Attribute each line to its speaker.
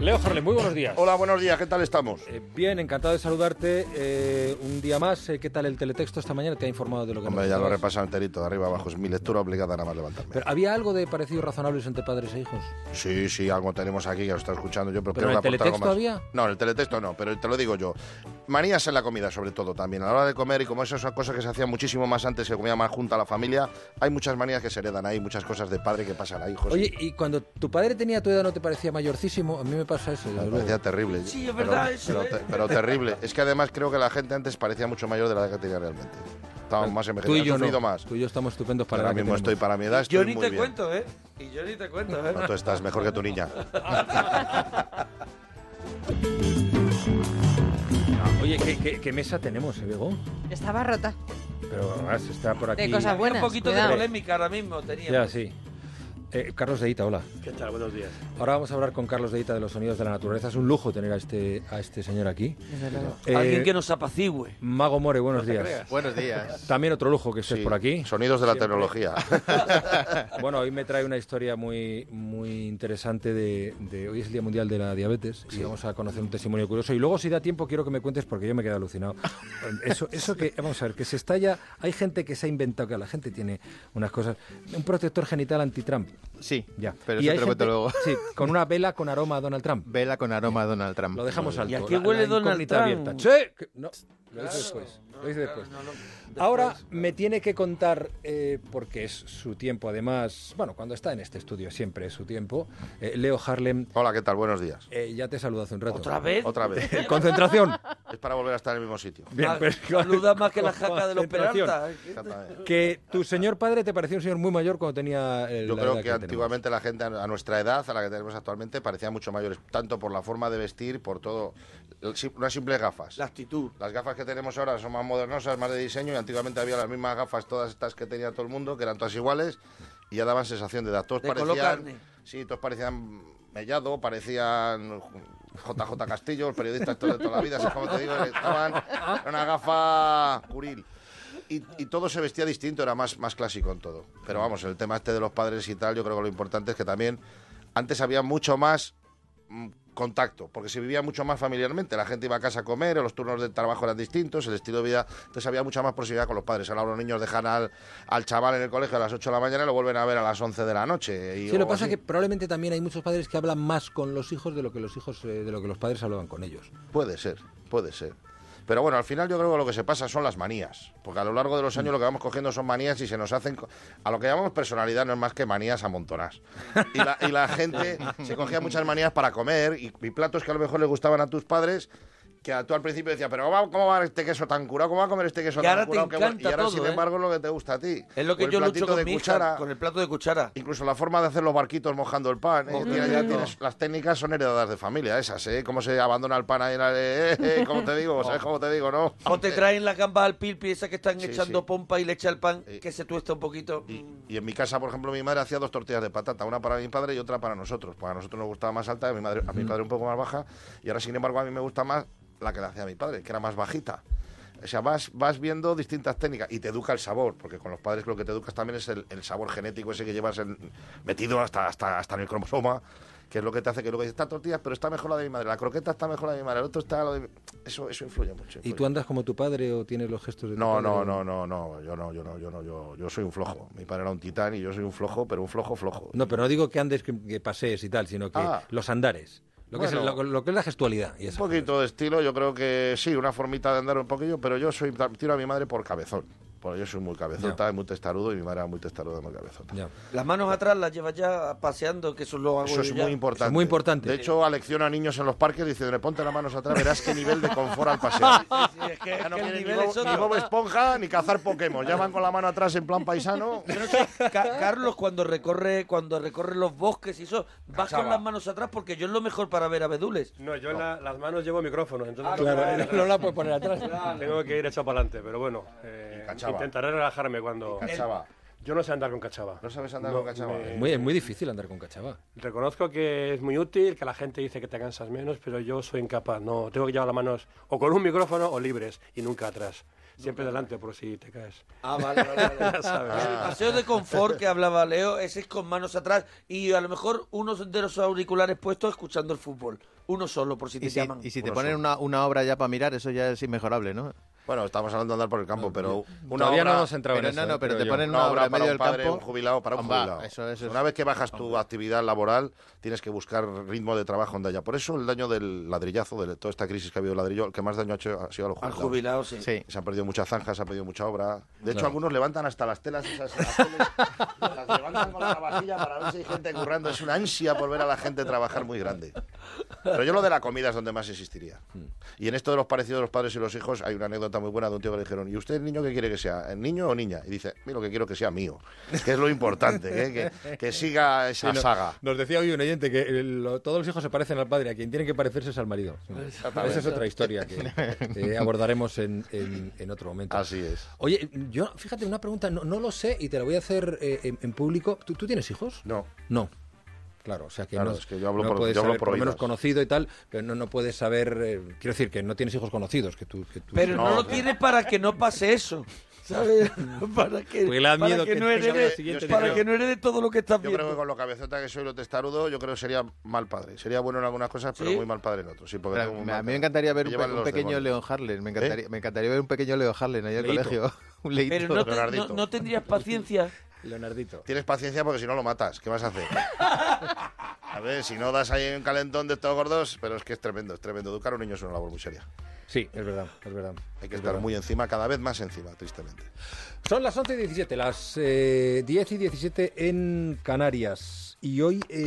Speaker 1: Leo Harlem, muy buenos días.
Speaker 2: Hola, buenos días, ¿qué tal estamos?
Speaker 1: Eh, bien, encantado de saludarte eh, un día más. Eh, ¿Qué tal el teletexto esta mañana? ¿Te ha informado de lo que
Speaker 2: Hombre,
Speaker 1: nos
Speaker 2: ya lo
Speaker 1: estabas?
Speaker 2: repasado enterito, de arriba abajo. Es mi lectura obligada nada más levantarme.
Speaker 1: Pero ¿Había algo de parecidos razonables entre padres e hijos?
Speaker 2: Sí, sí, algo tenemos aquí que lo está escuchando yo, pero,
Speaker 1: ¿Pero
Speaker 2: quiero
Speaker 1: en el
Speaker 2: aportar algo
Speaker 1: teletexto
Speaker 2: más.
Speaker 1: había?
Speaker 2: No, en el teletexto no, pero te lo digo yo. Manías en la comida, sobre todo, también. A la hora de comer, y como eso es una cosa que se hacía muchísimo más antes, se comía más junta a la familia, hay muchas manías que se heredan ahí, muchas cosas de padre que pasan a hijos.
Speaker 1: Oye, ¿y cuando tu padre tenía tu edad no te parecía mayorcísimo? A mí me pasa eso. desde
Speaker 2: Me
Speaker 1: luego.
Speaker 2: parecía terrible.
Speaker 3: Sí, es
Speaker 2: pero-
Speaker 3: verdad eso,
Speaker 2: Pero,
Speaker 3: ¿eh?
Speaker 2: te- pero terrible. Es que además creo que la gente antes parecía mucho mayor de la edad que tenía realmente. Estábamos más
Speaker 1: Tú
Speaker 2: envejecidos,
Speaker 1: y yo
Speaker 2: hemos sufrido
Speaker 1: no.
Speaker 2: más.
Speaker 1: Tú y yo estamos estupendos para
Speaker 2: Ahora
Speaker 1: la que
Speaker 2: mismo estoy
Speaker 1: tenemos.
Speaker 2: para mi edad, estoy
Speaker 3: Yo ni
Speaker 2: muy
Speaker 3: te
Speaker 2: bien.
Speaker 3: cuento, ¿eh? Y yo ni te cuento, ¿eh?
Speaker 2: No, tú estás mejor que tu niña.
Speaker 1: Oye, ¿qué, qué, qué mesa tenemos, eh, Bego?
Speaker 4: Estaba rota.
Speaker 1: Pero además está por aquí.
Speaker 4: De cosas
Speaker 3: Había
Speaker 4: buenas.
Speaker 3: un poquito
Speaker 4: cuidado.
Speaker 3: de polémica ahora mismo teníamos.
Speaker 1: Ya, sí. Eh, Carlos Deita, hola.
Speaker 5: ¿Qué tal? Buenos días.
Speaker 1: Ahora vamos a hablar con Carlos Deita de los sonidos de la naturaleza. Es un lujo tener a este, a este señor aquí.
Speaker 4: Desde luego.
Speaker 1: Eh,
Speaker 3: Alguien que nos apacigüe.
Speaker 1: Mago More, buenos días.
Speaker 6: Buenos días.
Speaker 1: También otro lujo que estés
Speaker 2: Sí,
Speaker 1: por aquí.
Speaker 2: Sonidos de la tecnología.
Speaker 1: Bueno, hoy me trae una historia muy, muy interesante de, de- Hoy es el Día Mundial de la Diabetes y vamos a conocer un testimonio curioso. Y luego, si da tiempo, quiero que me cuentes porque yo me quedé alucinado. Eso, eso que... Vamos a ver, que se está ya... Hay gente que se ha inventado, que la gente tiene unas cosas... Un protector genital anti-Trump.
Speaker 6: Sí,
Speaker 1: Ya.
Speaker 6: pero
Speaker 1: Y
Speaker 6: eso
Speaker 1: hay
Speaker 6: te lo cuento
Speaker 1: gente-
Speaker 6: luego.
Speaker 1: Sí, con una vela con aroma a Donald Trump.
Speaker 6: Vela con aroma a Donald Trump.
Speaker 1: Lo dejamos alto.
Speaker 3: ¿Y a qué huele Donald
Speaker 1: incógnita
Speaker 3: Trump?
Speaker 1: abierta. ¡Sí! que- No, lo hice después. Lo hice después. Ahora me tiene que contar, eh, porque es su tiempo además, bueno, cuando está en este estudio siempre es su tiempo, eh, Leo Harlem,
Speaker 2: Hola, ¿qué tal? Buenos días.
Speaker 1: eh, ya te saludo hace un rato.
Speaker 3: ¿Otra vez?
Speaker 2: Otra vez.
Speaker 1: Eh, Concentración.
Speaker 2: Es para volver a estar en el mismo sitio.
Speaker 1: Bien,
Speaker 3: Ah,
Speaker 1: pero-
Speaker 3: saluda más que la jaca ¿eh? de los
Speaker 1: Concentración.
Speaker 3: Peralta.
Speaker 2: Exactamente.
Speaker 1: Que tu señor padre te parecía un señor muy mayor cuando tenía eh,
Speaker 2: Yo
Speaker 1: la
Speaker 2: creo
Speaker 1: edad
Speaker 2: que,
Speaker 1: tenemos.
Speaker 2: antiguamente la gente a nuestra edad, a la que tenemos actualmente, parecía mucho mayores, tanto por la forma de vestir, por todo. El sim- Unas simples gafas.
Speaker 3: La actitud.
Speaker 2: Las gafas que tenemos ahora son más modernosas, más de diseño, y antiguamente había las mismas gafas, todas estas que tenía todo el mundo, que eran todas iguales, y ya daban sensación de edad. Todos
Speaker 3: De color carne.
Speaker 2: parecían. Sí, todos parecían Mellado, parecían JJ Castillo, el periodista actor de toda la vida, ¿sabes cómo te digo? Estaban en una gafa curil. Y, y todo se vestía distinto, era más, más clásico en todo. Pero vamos, el tema este de los padres y tal, yo creo que lo importante es que también antes había mucho más mm, contacto, porque se vivía mucho más familiarmente. La gente iba a casa a comer, o los turnos de trabajo eran distintos, el estilo de vida. Entonces había mucha más posibilidad con los padres. Ahora los niños dejan al, al chaval en el colegio a las 8 de la mañana y lo vuelven a ver a las 11 de la noche. y-
Speaker 1: Sí, lo
Speaker 2: o
Speaker 1: que pasa es
Speaker 2: así.
Speaker 1: que probablemente también hay muchos padres que hablan más con los hijos de lo que los hijos eh, de lo que los padres hablaban con ellos.
Speaker 2: Puede ser, puede ser. Pero bueno, al final yo creo que lo que se pasa son las manías. Porque a lo largo de los años lo que vamos cogiendo son manías y se nos hacen. co- A lo que llamamos personalidad no es más que manías amontonadas. Y la, y la gente se cogía muchas manías para comer y, y platos que a lo mejor le gustaban a tus padres. Que a- tú al principio decías, pero ¿cómo va, cómo va este queso tan curado? ¿Cómo va a comer este queso
Speaker 3: Y
Speaker 2: tan
Speaker 3: ahora te
Speaker 2: curado? ¿Qué va-?"
Speaker 3: encanta
Speaker 2: y ahora,
Speaker 3: todo,
Speaker 2: sin
Speaker 3: ¿eh?
Speaker 2: embargo, es lo que te gusta a ti.
Speaker 3: Es lo que
Speaker 2: O el
Speaker 3: yo lucho
Speaker 2: platito
Speaker 3: con
Speaker 2: de
Speaker 3: mi hija,
Speaker 2: cuchara.
Speaker 3: con el plato de cuchara.
Speaker 2: Incluso la forma de hacer los barquitos mojando el pan. ¿eh? Tienes- ya
Speaker 3: rico.
Speaker 2: tienes- las técnicas son heredadas de familia, esas, ¿eh? Cómo se abandona el pan ahí en la... eh, eh, eh, ¿Cómo te digo? ¿Sabes cómo te digo, no?
Speaker 3: O te traen la gamba al pilpi, esa que están
Speaker 2: Sí,
Speaker 3: echando
Speaker 2: sí.
Speaker 3: pompa y le echa el pan,
Speaker 2: Sí.
Speaker 3: que se tuesta un poquito.
Speaker 2: Y,
Speaker 1: mm,
Speaker 2: y en mi casa, por ejemplo, mi madre hacía dos tortillas de patata, una para mi padre y otra para nosotros. Pues a nosotros nos gustaba más alta, a mi, madre, a
Speaker 1: Mm.
Speaker 2: mi padre un poco más baja, y ahora, sin embargo, a mí me gusta más la que la hacía mi padre, que era más bajita. O sea, vas, vas viendo distintas técnicas y te educa el sabor, porque con los padres lo que te educas también es el, el sabor genético ese que llevas en- metido hasta, hasta, hasta en el cromosoma, que es lo que te hace que luego dices, esta tortilla, pero está mejor la de mi madre, la croqueta está mejor la de mi madre, el otro está... Lo de... mi-". Eso, eso influye
Speaker 1: ¿Y
Speaker 2: mucho. influye.
Speaker 1: tú andas como tu padre o tienes los gestos de tu
Speaker 2: Pues No,
Speaker 1: padre?
Speaker 2: no, no, no, no, yo no, yo no, yo no, yo, yo soy un flojo. Mi padre era un titán y yo soy un flojo, pero un flojo, flojo.
Speaker 1: No, pero no digo que andes, que, que pasees y tal, sino que
Speaker 2: Ah.
Speaker 1: los andares. Lo, que es,
Speaker 2: Bueno.
Speaker 1: lo, lo que es la gestualidad. Y
Speaker 2: un
Speaker 1: esas
Speaker 2: poquito de estilo, yo creo que sí, una formita de andar un poquillo, pero yo soy tiro a mi madre por cabezón. Porque yo soy muy cabezota, muy testarudo y mi madre era muy testaruda, muy cabezota.
Speaker 1: cosas. Ya.
Speaker 3: Las manos atrás las llevas ya paseando, que eso lo hago
Speaker 2: Eso es
Speaker 3: yo ya.
Speaker 2: muy importante.
Speaker 1: Es muy importante.
Speaker 2: De hecho, alecciona a niños en los parques diciéndole, ponte las manos atrás, verás qué nivel de confort al pasear.
Speaker 3: Sí, es que,
Speaker 2: Ya no
Speaker 3: es que
Speaker 2: quieren
Speaker 3: el
Speaker 2: ni
Speaker 3: nivel es
Speaker 2: Bob, ni
Speaker 3: otro.
Speaker 2: Bob Esponja ni cazar Pokémon. Ya van con la mano atrás en plan paisano.
Speaker 3: Yo no sé, Ca- Carlos cuando recorre cuando recorre los bosques y eso, vas con
Speaker 5: Chava.
Speaker 3: las manos atrás porque yo es lo mejor para ver abedules.
Speaker 5: No, yo en la- las manos llevo micrófonos,
Speaker 2: Ah,
Speaker 5: entonces no puedo ir
Speaker 1: Claro, no
Speaker 5: atrás.
Speaker 1: la puedes poner atrás.
Speaker 5: tengo que ir echado para adelante, pero bueno, eh,
Speaker 2: Y cachaba.
Speaker 5: intentaré relajarme cuando...
Speaker 2: Cachaba.
Speaker 5: Yo no sé andar con cachaba.
Speaker 2: ¿No sabes andar
Speaker 5: No,
Speaker 2: con cachaba?
Speaker 5: me-
Speaker 1: Muy, es muy difícil andar con cachava.
Speaker 5: Reconozco que es muy útil, que la gente dice que te cansas menos, pero yo soy incapaz. No, tengo que llevar las manos o con un micrófono o libres y nunca atrás. siempre delante por si te caes.
Speaker 3: Ah, vale, vale, vale.
Speaker 5: ¿Sabes?
Speaker 2: Ah.
Speaker 3: El paseo de confort que hablaba Leo, ese es con manos atrás y a lo mejor unos de los auriculares puestos escuchando el fútbol. Uno solo, por si te
Speaker 6: Y si,
Speaker 3: llaman.
Speaker 6: y si te
Speaker 2: Por
Speaker 6: ponen
Speaker 2: eso.
Speaker 6: una, una obra ya para mirar, eso ya es inmejorable, ¿no?
Speaker 2: Bueno, estamos hablando de andar por el campo, pero una
Speaker 1: Todavía
Speaker 2: obra,
Speaker 1: no hemos entrado
Speaker 6: Pero
Speaker 1: en
Speaker 6: no,
Speaker 1: eso.
Speaker 6: no,
Speaker 1: eh,
Speaker 6: pero
Speaker 1: creo
Speaker 6: te
Speaker 1: yo.
Speaker 6: ponen
Speaker 2: una
Speaker 6: una
Speaker 2: obra
Speaker 6: obra en
Speaker 2: para
Speaker 6: medio
Speaker 2: un
Speaker 6: del
Speaker 2: padre,
Speaker 6: campo.
Speaker 2: un jubilado, para un
Speaker 6: Hombre,
Speaker 2: jubilado.
Speaker 6: Eso, eso es-
Speaker 2: Una vez que bajas tu actividad laboral, tienes que buscar ritmo de trabajo donde haya. Por eso el daño del ladrillazo, de toda esta crisis que ha habido del ladrillo, el que más daño ha hecho ha sido a los
Speaker 3: Al
Speaker 2: jubilados.
Speaker 3: jubilado, sí.
Speaker 6: Sí.
Speaker 2: Se han perdido muchas zanjas, se ha perdido mucha obra. De hecho, algunos levantan hasta las telas esas azules, las levantan con la vajilla para ver si hay gente currando. Es una ansia por ver a la gente trabajar muy grande. Pero yo lo de la comida es donde más insistiría.
Speaker 1: Hmm.
Speaker 2: Y en esto de los parecidos de los padres y los hijos, hay una anécdota muy buena de un tío que le dijeron, ¿y usted, niño, qué quiere que sea? ¿El niño o niña? Y dice, mira, lo que quiero que sea mío. Que es lo importante, que, que- que siga
Speaker 1: Sí,
Speaker 2: esa
Speaker 1: no-
Speaker 2: saga.
Speaker 1: Nos decía hoy un oyente que el- lo- todos los hijos se parecen al padre, a quien tienen que parecerse es al marido. Esa es otra historia que eh, abordaremos en, en- en otro momento.
Speaker 2: Así es.
Speaker 1: Oye, yo, fíjate, una pregunta, no, no lo sé y te la voy a hacer eh, en, en público. ¿Tú, tú tienes hijos?
Speaker 2: No.
Speaker 1: No. Claro, o sea que
Speaker 2: Claro,
Speaker 1: no,
Speaker 2: es que yo hablo
Speaker 1: no
Speaker 2: por-
Speaker 1: puedes
Speaker 2: yo hablo
Speaker 1: saber,
Speaker 2: por
Speaker 1: por lo menos
Speaker 2: oídas.
Speaker 1: conocido y tal, pero no, no puedes saber, eh, quiero decir que no tienes hijos conocidos, que tú... Que tú
Speaker 3: Pero no,
Speaker 2: No,
Speaker 3: lo
Speaker 2: tío.
Speaker 3: tienes para que no pase eso. ¿Sabes? Para que,
Speaker 1: Porque le da
Speaker 3: para
Speaker 1: miedo
Speaker 3: que
Speaker 1: que
Speaker 3: no
Speaker 1: tenga
Speaker 3: herede-
Speaker 1: lo siguiente
Speaker 3: para
Speaker 2: dinero.
Speaker 3: que no herede todo lo que estás
Speaker 2: Yo creo que
Speaker 3: viendo.
Speaker 2: con lo cabezota que soy, lo testarudo, yo creo que sería mal padre. Sería bueno en algunas cosas, pero
Speaker 3: ¿Sí?
Speaker 2: muy mal padre en otros. Sí, porque
Speaker 6: Pero
Speaker 2: tengo un
Speaker 6: me- a
Speaker 2: mal
Speaker 6: mí me
Speaker 2: carácter.
Speaker 6: encantaría ver
Speaker 2: Me
Speaker 6: un, pe-
Speaker 2: llevan
Speaker 6: un
Speaker 2: los
Speaker 6: pequeño
Speaker 2: demonios.
Speaker 6: Leo Harlan.
Speaker 2: ¿Eh?
Speaker 6: Me encantaría, me encantaría ver un pequeño Leo Harlan ahí en el
Speaker 1: Leíto.
Speaker 6: colegio. un leito.
Speaker 3: Pero no, te-
Speaker 2: Leonardito.
Speaker 3: no- no tendrías paciencia.
Speaker 1: Leonardito.
Speaker 2: Tienes paciencia porque si no lo matas. ¿Qué vas a hacer? A ver, si no das ahí un calentón de estos gordos, pero es que es tremendo, es tremendo. Educar a un niño es una labor muy seria.
Speaker 1: Sí, es verdad, es verdad.
Speaker 2: Hay
Speaker 1: es
Speaker 2: que estar
Speaker 1: verdad.
Speaker 2: muy encima, cada vez más encima, tristemente.
Speaker 1: Son las 11 y 17, las eh, 10 y 17 en Canarias. Y hoy... eh,